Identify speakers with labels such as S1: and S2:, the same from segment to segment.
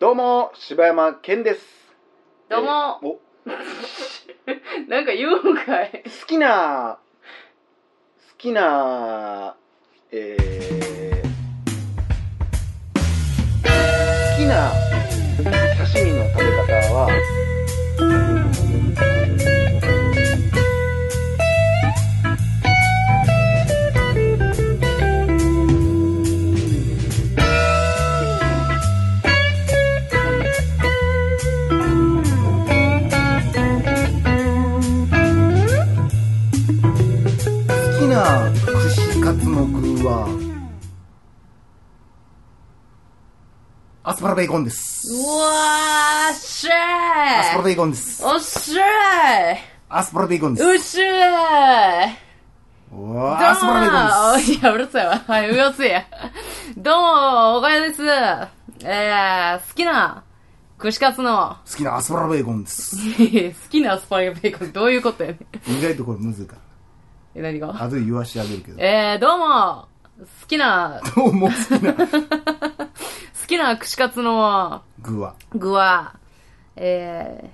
S1: うも柴山健です
S2: どうも
S1: えーお好
S2: なんか言うんかい。
S1: きな好きなえー、好きな刺身の食べ方は好きな串カツの具はアスパラベーコンです
S2: うわーっし
S1: アスパ
S2: ゃ
S1: ラ
S2: ーい
S1: ベーコンです
S2: おっしゃい
S1: アスパラベーコンです
S2: うっしゃい
S1: おーアスパラベーコンです
S2: どうもいや、うるさいわ。はい、うよつや。どうも、おかやです。えー、好きな、串カツの、
S1: 好きなアスパラベーコンです
S2: 好きなアスパラベーコン、どういうことやねん。
S1: 意外とこれむずいから
S2: え、何が
S1: 後で言わしてあげるけど。
S2: えー、どうも、好きな、
S1: どう も好きな
S2: 好きな串カツの
S1: 具は。
S2: 具は、え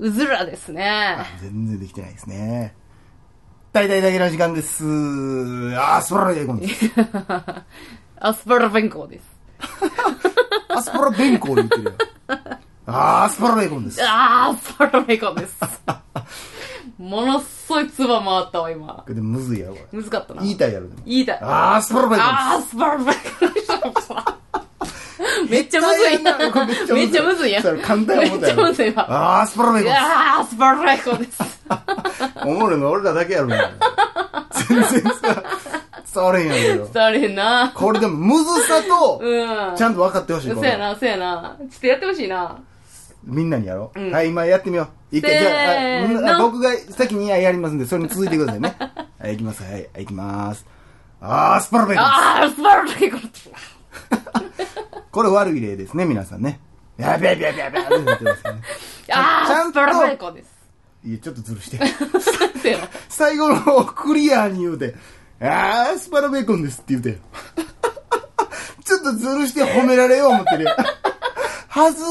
S2: ー、うずらですね。
S1: 全然できてないですね。大体だけの時間です。アスパラベーコンです。
S2: アスパラベンコです。
S1: アスパラベンコン言ってるよ。アスパラベーコンです。
S2: あー、アスパラベンコです。ものすごい唾回ったわ、今
S1: こ。れでむずいやろ、これ。
S2: 難かったな。
S1: 言いたいやろ、でも。
S2: 言いたい。
S1: アスパラベー
S2: あー、アスパラベンコです。めっちゃむずい。
S1: コンです。
S2: めっちゃむずいやん
S1: それ簡単や思ったやろ。
S2: めっちゃむずいわ
S1: アスパラベーコンです。
S2: あー、アスパラベンコです。
S1: おもろいの俺らだけやろ。全然さ、伝われへんやろ。
S2: 誰れな。
S1: これでも、むずさと
S2: う、ん。
S1: ちゃんと分かってほしい。こ
S2: そ
S1: れ
S2: やな、そやな。ちょっとやってほしいな。
S1: みんなにやろう、
S2: ん
S1: はい、今やってみよう。一回、
S2: せー
S1: じゃああ
S2: の
S1: うんあ、僕が先にやりますんで、それに続いてください ね。はい、いきます。はい、はいいきます。あー、スパラベーコン
S2: あー、アスパラベンコです。
S1: これ悪い例ですね、皆さんね。やべやべやべやべやべって言ってますからね。
S2: あ
S1: ちゃ
S2: ー、
S1: ん
S2: アス
S1: と
S2: パラベンコです。
S1: いや、ちょっとずるして。
S2: そやな。
S1: 最後の方クリアに言うて、あー、スパラベーコンですって言うて よ。ちょっとずるして褒められよう思ってるやん。はず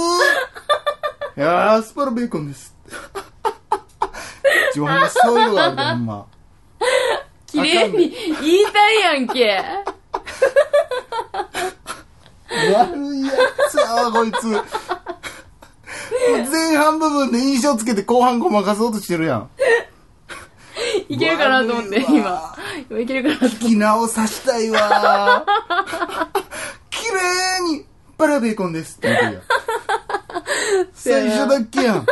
S1: ー。あー、スパラベーコンです。ちょ、ほんまそういうのがあるから、ほんま。
S2: 綺麗に言いた いやんけ。
S1: 悪いやつやわ、こいつ。もう前半部分で印象つけて後半ごまかそうとしてるやん。
S2: いけるかなと思っ
S1: 悪
S2: て、
S1: いわ
S2: 今。今いけるかなと思って。
S1: 引き直さしたいわ。 綺麗に、パラベーコンですって言ってるやん。 最初だっけやん。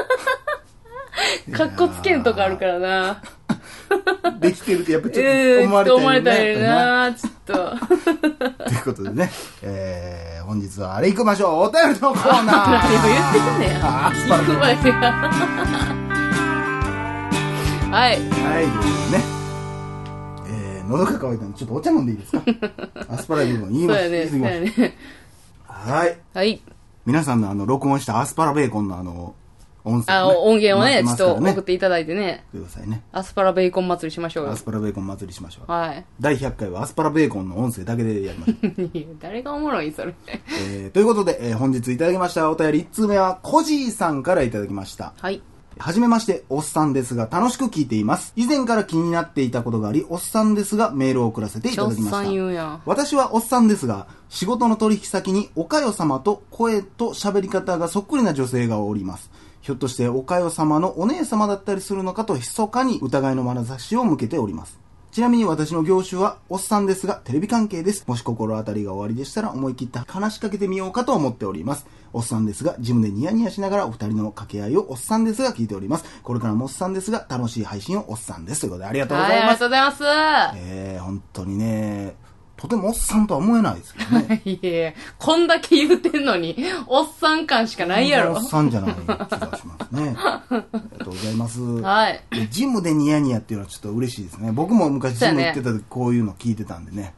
S2: かっこつけんとかあるからな。
S1: できてるってやっぱちょっ
S2: う
S1: と思
S2: ん、ちょ
S1: わ
S2: っ
S1: れ
S2: と思われ
S1: た
S2: た
S1: よ
S2: よ
S1: ね。やっぱりな
S2: な、ちょっと。
S1: ということでね、えー、本日はあれ行きましょう。お便りのコーナ
S2: 何を言
S1: ー。
S2: ってんねや。
S1: あー、スパラベーコン。
S2: 行く前や。はい。
S1: はい、ということでね。えー、喉が渇いたんで、ちょっとお茶飲んでいい ですかアスパラベーコン言い
S2: そう
S1: ます。
S2: やね、
S1: 言い
S2: そ
S1: 過
S2: う
S1: ぎ
S2: や
S1: ます
S2: ね。
S1: はい。
S2: はい。
S1: 皆さんのあの、録音したアスパラベーコンのあの、音声、
S2: あ、音源をね、ちょっと
S1: 待
S2: 送ってていただいてね。
S1: ますからね。くださいね。
S2: アスパラベーコン祭りしましょう
S1: ア
S2: よ
S1: ス。パラベーコン祭りしましょう。
S2: はい。
S1: 第100回はアスパラベーコンの音声だけでやり ましょう。
S2: いや誰がおもろい、それ。
S1: えー、ということで、えー本日いただきましたお便り1通目は、コジーさんからいただきました。
S2: はい。
S1: はじめまして、おっさんですが、楽しく聞いています。以前から気になっていたことがあり、おっさんですが、メールを送らせてい
S2: ちょ
S1: た
S2: っ
S1: だきました。
S2: さん言うやん。
S1: 私はおっさんですが、仕事の取引先におかよ様と声と喋り方がそっくりな女性がおります。ひょっとしておかよ様のお姉様だったりするのかと密かに疑いの眼差しを向けております。ちなみに私の業種はおっさんですがテレビ関係です。もし心当たりがおありでしたら思い切って話しかけてみようかと思っております。おっさんですが自分でニヤニヤしながらお二人の掛け合いをおっさんですが聞いております。これからもおっさんですが楽しい配信をおっさんです。ということでありがとうご
S2: はい、
S1: ざい
S2: あり
S1: ま
S2: が
S1: す
S2: と。うございます。
S1: えー、本当にね、とてもおっさんとは思えないですけどね。
S2: いやいや、こんだけ言うてんのに、おっさん感しかないやろ
S1: おっ。さんじゃない気がします ね。ありがとうございます。
S2: はい。
S1: でジムでニヤニヤっていうのはちょっと嬉しいですね。僕も昔ジム行ってた時こういうの聞いてたんでね。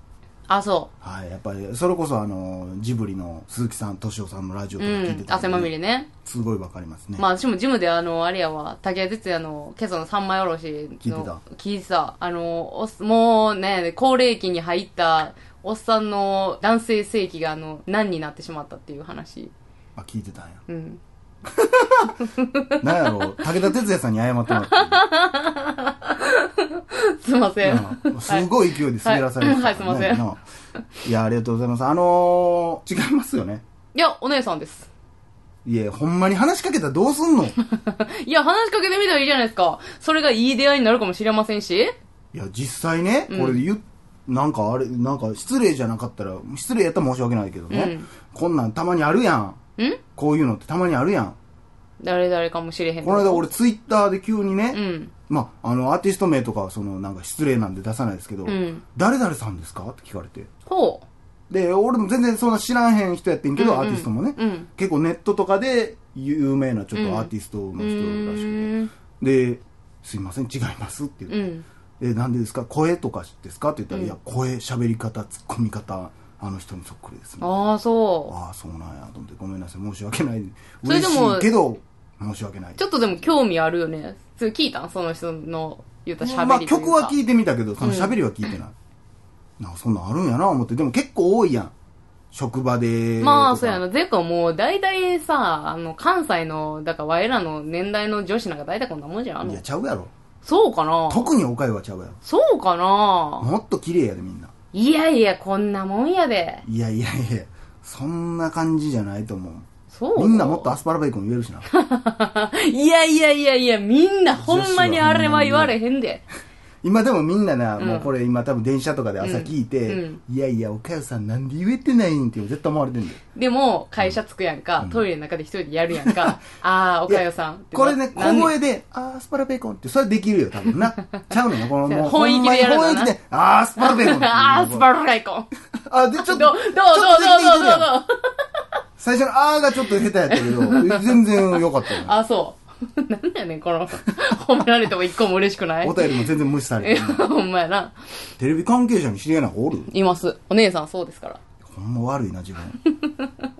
S2: あ、そ
S1: はい、やっぱり、それこそあの、ジブリの鈴木さん、敏夫さんのラジオ
S2: う。
S1: と
S2: う
S1: か聞いてたんで、
S2: ん。汗まみれね。
S1: すごいわかりますね。
S2: まあ私もジムであの、あれやわ、竹谷哲也の今朝の三枚おろしの、
S1: 聞いてた
S2: 聞いてた。あの、おっもうね、高齢期に入ったおっさんの男性性器があの、何になってしまったっていう話。
S1: あ、聞いてたんや。
S2: うん。
S1: なんやろう、武田鉄矢さんに謝ってもらっていい
S2: すいませ ん。
S1: うんすごい勢いで滑らされてたから
S2: はいはいすいません
S1: なあいや、ありがとうございます。あのー、違いますよね。
S2: いや、お姉さんです。
S1: いや、ほんまに話しかけたらどうすんのい
S2: いや、話しかけてみたらいいじゃないですか。それがいい出会いになるかもしれませんし。
S1: や、実際ね、
S2: うん
S1: これ言っなんかあれ、なんか失礼じゃなかったら、失礼やったら申し訳ないけどね。
S2: うん
S1: こんなんたまにあるやん。
S2: ん
S1: こういうのってたまにあるやん。
S2: 誰々かもしれへん。
S1: この間。俺ツイッターで急にね、
S2: うん。
S1: まあ、あの、アーティスト名とかはその、なんか失礼なんで出さないですけど、
S2: うん
S1: 誰々さんですかって聞かれて。
S2: ほ
S1: で、俺も全然そんな知らんへん人やってんけど、
S2: うんうん
S1: アーティストもね、
S2: うん
S1: 結構ネットとかで有名なちょっとアーティストの人
S2: う。う
S1: らしくて、
S2: ーん。
S1: で、すいません、違いますって
S2: う
S1: 言って、
S2: ん。
S1: え、なんでですか声とかですかって言ったら、
S2: うん
S1: いや、声、喋り方、突っ込み方、あの人にそっくりですね。
S2: ああ、そ
S1: ああ、そうなんや、と思って、ごめんなさい、申し訳ない。
S2: それ
S1: 嬉
S2: で
S1: し
S2: も。。
S1: いけど、申し訳ないう
S2: ちょっとでも興味あるよね。それ聞いたんその人の言った喋りというか。
S1: まあ曲は聞
S2: い
S1: いてみたけど、その喋りは聞いてない。なんかそんなんあるんやな思って、でも結構多いやん。職場で。
S2: まあ、そうやな。。ていうかもう、大体さ、あの、関西の、だから我らの年代の女子なんか大体こんなもんじゃんあ
S1: い
S2: の
S1: や、。ちゃうやろ。
S2: そうかな
S1: 特におかゆはちゃうや
S2: そうか
S1: ろ。
S2: な
S1: もっと綺麗やで、みんな。
S2: いやいや、こんなもんやで。
S1: いやいやいや、そんな感じじゃないと思う。
S2: そう
S1: みんなもっとアスパラベイコン言えるしな。
S2: いやいやいやいや、みんなほんまにあれは言われへんで。
S1: 今でもみんなな、
S2: うん
S1: もうこれ今多分電車とかで朝聞いて、
S2: うん
S1: いやいや、おかゆさんなんで言えてないんって絶対思われてんだよ。
S2: でも、会社着くやんか、トイレの中で一人でやるやんか。あー、おかよさんってな。
S1: これね、
S2: な
S1: 小
S2: んで
S1: 声で、あーアスパラベーコンって、それできるよ、多 分な。ちゃうのよ、この、もう、
S2: 本意気でやる
S1: ほ
S2: の
S1: んま
S2: な
S1: に本意気で、あーアスパラベーコンって。
S2: あー、スパルライコン。
S1: あ、で、ちょっ
S2: ど
S1: と、
S2: う、どう、どう、どう、
S1: ちょっとできてきてるやん
S2: どう、どう。
S1: 最初のあーがちょっと下手やったけど、 全然良かったよ。
S2: あ、そう。 なんだよねん、この、褒められても一個も嬉しくない
S1: お便りも全然無視され
S2: え、
S1: てない。
S2: ほんまやな。
S1: テレビ関係者に知り合いなんかおる
S2: います。お姉さんそうですから。
S1: ほんま悪いな、自分。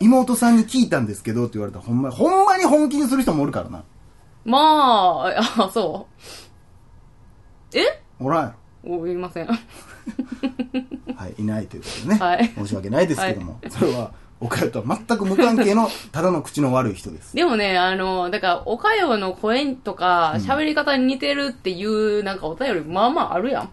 S1: 妹さんに聞いたんですけどって言われたら、ほんま、ほんまに本気にする人もおるからな。
S2: まあ、あ、そう。え
S1: おらんやろ。
S2: お、いません。
S1: はい、いないということでね。
S2: はい
S1: 申し訳ないですけども。それは、おかゆとは全く無関係の、ただの口の悪い人です。
S2: でもね、あの、だから、おかよの声とか、喋り方に似てるっていう、なんかお便り、まあまああるやん。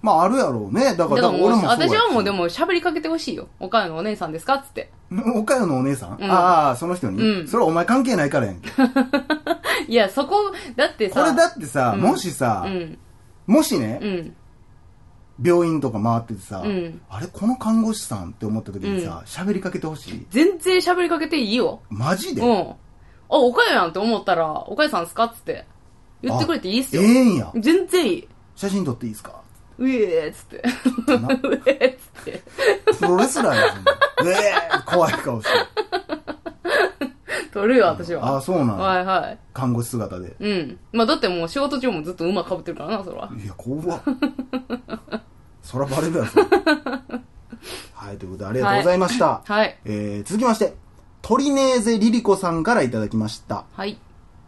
S1: まあ、あるやろうね。だ
S2: だ
S1: か、
S2: から
S1: だから
S2: らもう、
S1: 俺もそうや
S2: 私はもうでも喋りかけてほしいよ。おかよのお姉さんですかっつって。
S1: おかよのお姉さん、
S2: うん
S1: ああ、その人に、
S2: うん
S1: それはお前関係ないから やんけ。こ
S2: いや、そこ、だってさ。
S1: れだってさ、
S2: うん
S1: もしさ、
S2: うん。
S1: もしね、
S2: うん。
S1: 病院とか回っててさ、
S2: うん
S1: あれ、この看護師さんって思った時にさ、喋、りかけてほしい。
S2: 全然喋りかけていいよ。
S1: マジで、
S2: うん。あ、おかよやんって思ったら、おかよさんですかっつって。言ってくれていいっす
S1: え
S2: よ。
S1: えんや。
S2: 全然いい。
S1: 写真撮っていいですか
S2: うえーっつって。
S1: な
S2: うえーっつって。
S1: プロレス ラーやん。そんなええ怖い顔して。
S2: 撮るよ、私
S1: ああ、
S2: は。
S1: そうなんや
S2: はいはい。
S1: 看護師姿で。
S2: うん。まあだってもう仕事中もずっと馬被ってるからな、それは。
S1: いや、怖 っ。そらバレるやろ。はい、ということでありがとうございました。
S2: はい。
S1: えー、続きまして、トリネーゼリリコさんからいただきました。
S2: はい。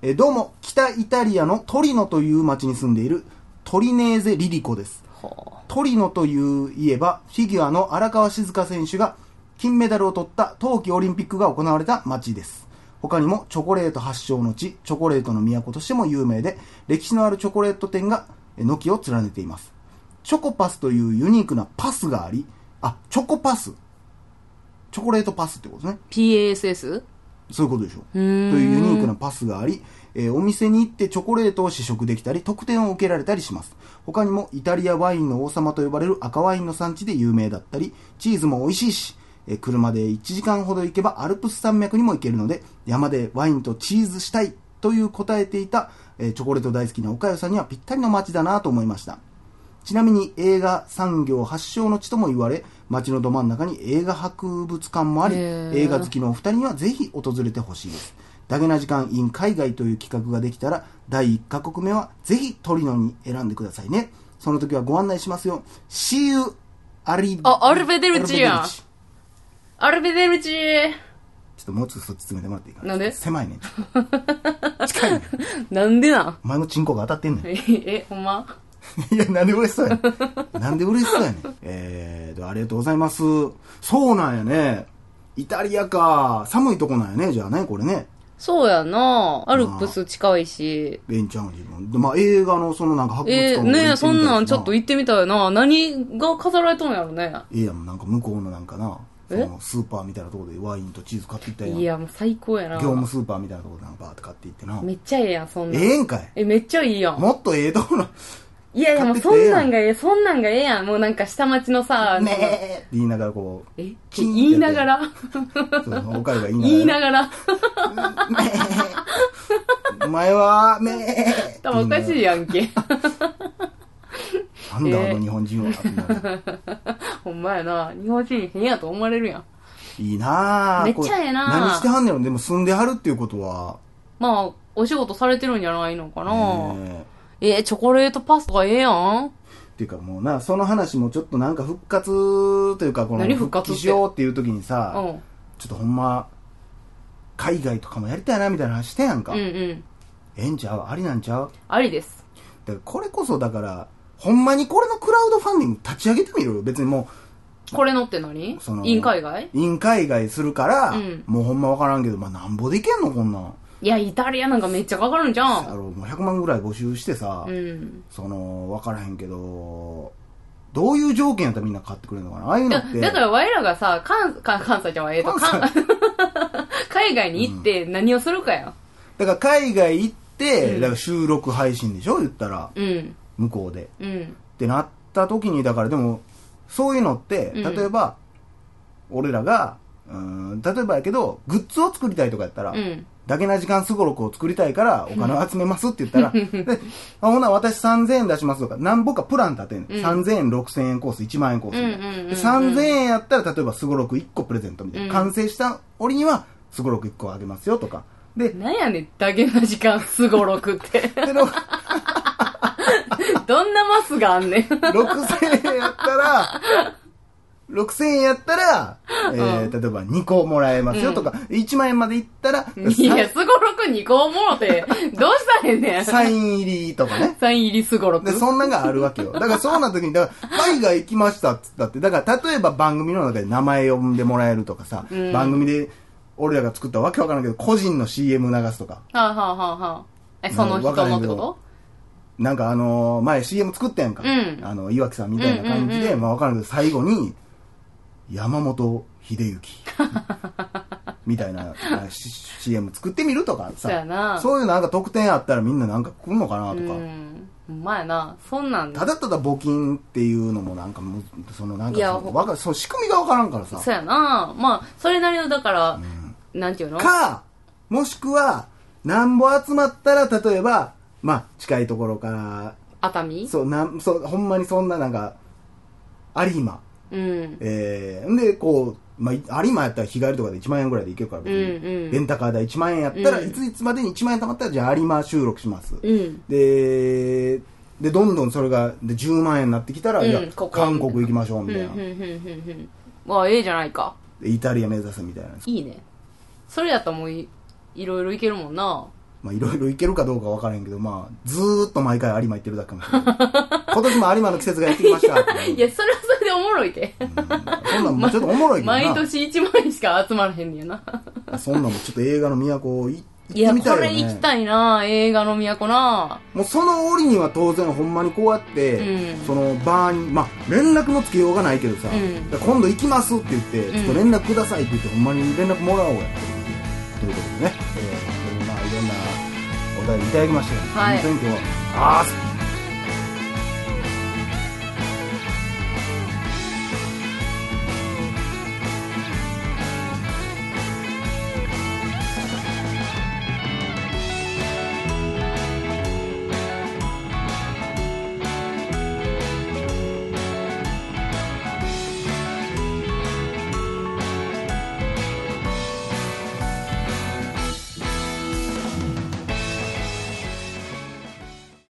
S1: えーどうも、北イタリアのトリノという町に住んでいるトリネーゼリリコです。
S2: は
S1: トリノといういえば、フィギュアの荒川静香選手が金メダルを取った冬季オリンピックが行われた町です。他にもチョコレート発祥の地、チョコレートの都としても有名で、歴史のあるチョコレート店がえー軒を連ねています。チョコパスというユニークなパスがあり、あ、チョコパス。チョコレートパスってことですね。
S2: PASS?
S1: そういうことでしょう。と
S2: ーん
S1: いうユニークなパスがあり、えーお店に行ってチョコレートを試食できたり、特典を受けられたりします。他にもイタリアワインの王様と呼ばれる赤ワインの産地で有名だったり、チーズも美味しいし、えー車で1時間ほど行けばアルプス山脈にも行けるので、山でワインとチーズしたいという答えていた、えーチョコレート大好きなおかよさんにはぴったりの街だなと思いました。ちなみに映画産業発祥の地とも言われ、街のど真ん中に映画博物館もあり、
S2: へー
S1: 映画好きのお二人にはぜひ訪れてほしいです。ダゲな時間 in 海外という企画ができたら、第1カ国目はぜひトリノに選んでくださいね。その時はご案内しますよ。See you! アリ
S2: あアルベデルチやん
S1: アルベデルチ
S2: アルベデルチー
S1: ちょっともうちょっとそっち詰めてもらっていいかな。
S2: なんで
S1: 狭いね。近いね。
S2: なんでなん
S1: お前のチンコが当たってんねん。
S2: え、ほんま
S1: いや、なんで嬉しそうやねん。なんで嬉しそうやねん。えーと、ありがとうございます。そうなんやね。イタリアか。寒いとこなんやね、じゃあね、これね。
S2: そうやなアルプス近いし。
S1: ベンチャーの自分。で、まあ映画のそのなんか博物
S2: え
S1: 館
S2: ー、
S1: も行ってみたい
S2: ねえ、そんなんちょっと
S1: え
S2: 行ってみたいな。何が飾られとんやろね。
S1: えやん、なんか向こうのなんかな、そ
S2: え
S1: のスーパーみたいなとこでワインとチーズ買っていったやん。
S2: いや、もう最高やな
S1: 業。務スーパーみたいなとこでなんかバーって買っていってな。
S2: めっちゃええやん、そんなん。
S1: ええんかい。
S2: え、めっちゃいいやん。
S1: もっとええところ。
S2: いやいや、も
S1: 買
S2: う
S1: って
S2: そ
S1: きてええ
S2: ん
S1: やん
S2: なんがええ、そんなんがええやん。もうなんか下町のさ、
S1: ねえって言いながらこう。
S2: えって
S1: キーンって
S2: 言いな がら、
S1: そうおかゆが言
S2: 言
S1: い
S2: い
S1: なが
S2: ながら、
S1: ら。お前は、ねえ。
S2: 多分おかしいやんけ。
S1: なんだあの日本人はってなる。
S2: ほんまやな。日本人変やと思われるやん。
S1: いいなあ
S2: めっちゃええなあ
S1: これ何してはんねんでも住んではるっていうことは。
S2: まあ、お仕事されてるんじゃないのかな。
S1: ね
S2: えー、チョコレートパスタがええやん。
S1: えっていうかもうな、その話もちょっとなんか復活というか、この
S2: 何復活っ
S1: 復帰
S2: て
S1: しようっていう時に
S2: う
S1: さ、
S2: ん。
S1: ちょっとほんま、海外とかもやりたいなみたいな話してやんか。
S2: うんうん。
S1: ええんちゃうありなんちゃう
S2: ありです。
S1: だからこれこそだから、ほんまにこれのクラウドファンディング立ち上げてみるよ。別にも
S2: これのって何
S1: その
S2: 委員会外
S1: う、委員会外するから、
S2: うん
S1: もうほんまわからんけど、まあなんぼでいけんのこんなん。
S2: いや、イタリアなんかめっちゃかかるんじゃ
S1: あ
S2: ん。
S1: の、もう100万ぐらい募集してさ、
S2: うん。
S1: その、わからへんけど、どういう条件やったらみんな買ってくれるのかなああいう
S2: い
S1: の
S2: や
S1: って。
S2: だから、我らがさ、関、関関西じゃんわ、ええと、
S1: 関
S2: 関、 海外に行って何をするかやん。
S1: だから海外行って、
S2: うん
S1: だから収録配信でしょ言ったら、
S2: うん。
S1: 向こうで。
S2: うん。
S1: ってなった時に、だからでも、そういうのって、
S2: うん
S1: 例えば、俺らが、うーん、例えばやけど、グッズを作りたいとかやったら、
S2: うん。
S1: だけな時間すごろくを作りたいから、お金を集めますって言 ったら、で、あほな、私3000円出しますとか、なんぼかプラン立てん、
S2: うん
S1: 3000円、6000円コース、1万円コースみたいな、
S2: うんうんうんうん
S1: で3000円やったら、例えばすごろく1個プレゼントみたいな。
S2: うん
S1: 完成した折には、すごろく1個あげますよとか。で、
S2: なんやねん、だけの時間、すごろくって。
S1: でろ
S2: どんなマスがあん ねん。
S1: 6000円やったら、6000円やったら、えー例えば2個もらえますよとか、1万円までいったら、
S2: いや、すごろく2個もろて、どうしたらええねん。
S1: サイン入りとかね。
S2: サイン入りすごろ
S1: で、。
S2: く
S1: そんなんがあるわけよ。だからそうな時に、だから、海外行きましたっつったって、だから例えば番組の中で名前呼んでもらえるとかさ、
S2: うん
S1: 番組で俺らが作ったわけわからんけど、個人の CM 流すとか、
S2: はあ、はあはあはあ、え、その人のってこと
S1: なんかあのー前 CM 作ったやんか、
S2: うん
S1: あの、岩木さんみたいな感じ
S2: うんうん
S1: で、まあわからんけど、最後に、山本秀 幸。みたいな、あし CM 作ってみるとか
S2: そうや
S1: さ、
S2: な。
S1: そういうなんか特典あったらみんななんか来んのかなと
S2: う
S1: か、
S2: ん。ほんまやな。そんなん
S1: ただただ募金っていうのもなんかむそのなんか
S2: いや
S1: その
S2: ほ
S1: わかその仕組みがわからんからさ
S2: そうやな。まあ、それなりの、だから、なんていうの
S1: かもしくはなんぼ集まったら例えばまあ近いところから
S2: 熱海
S1: そうなんそうほんまにそんななんか有馬
S2: うん。
S1: えー、んでこう、まあ、い有馬やったら日帰りとかで1万円ぐらいで行けるから別に、
S2: うんうん
S1: レンタカー代1万円やったら、
S2: うん
S1: いついつまでに1万円貯まったらじゃあ有馬収録します、
S2: うん。
S1: ででどんどんそれがで10万円になってきたら、
S2: うん
S1: いや
S2: ここ
S1: 韓国行きましょう
S2: うん、う
S1: み
S2: ん、う
S1: たい
S2: ん
S1: な、、
S2: うん、うん。まあ、ええじゃないか。
S1: でイタリア目指すみたいな。
S2: いいね。それやったらもうい、いろいろいけるもんな。
S1: まあ、いろいろ行けるかどうか分からへんけど、まあ、ずーっと毎回有馬行ってるだけかもしれ ない。今年も有馬の季節がやってきましたって いう。
S2: いや、それはそれでおもろいて。
S1: そんなんもうちょっとおもろいけどな。
S2: 毎年1万円しか集まらへんねやな。
S1: そんなんもちょっと映画の都い
S2: い
S1: 行っ
S2: や、
S1: てみた
S2: こ
S1: いよね。
S2: れ行きたいな映画の都な
S1: もうその折には当然ほんまにこうやって、
S2: うん
S1: そのバーに、まあ、連絡もつけようがないけどさ、
S2: うん
S1: だから今度行きますって言って、
S2: ん
S1: ちょっと連絡くださいって言って、ほんまに連絡もらおうやってということでね、えーまあ、いろんなお題いただきましたけど、
S2: はい
S1: 本当に今日は、あーすっ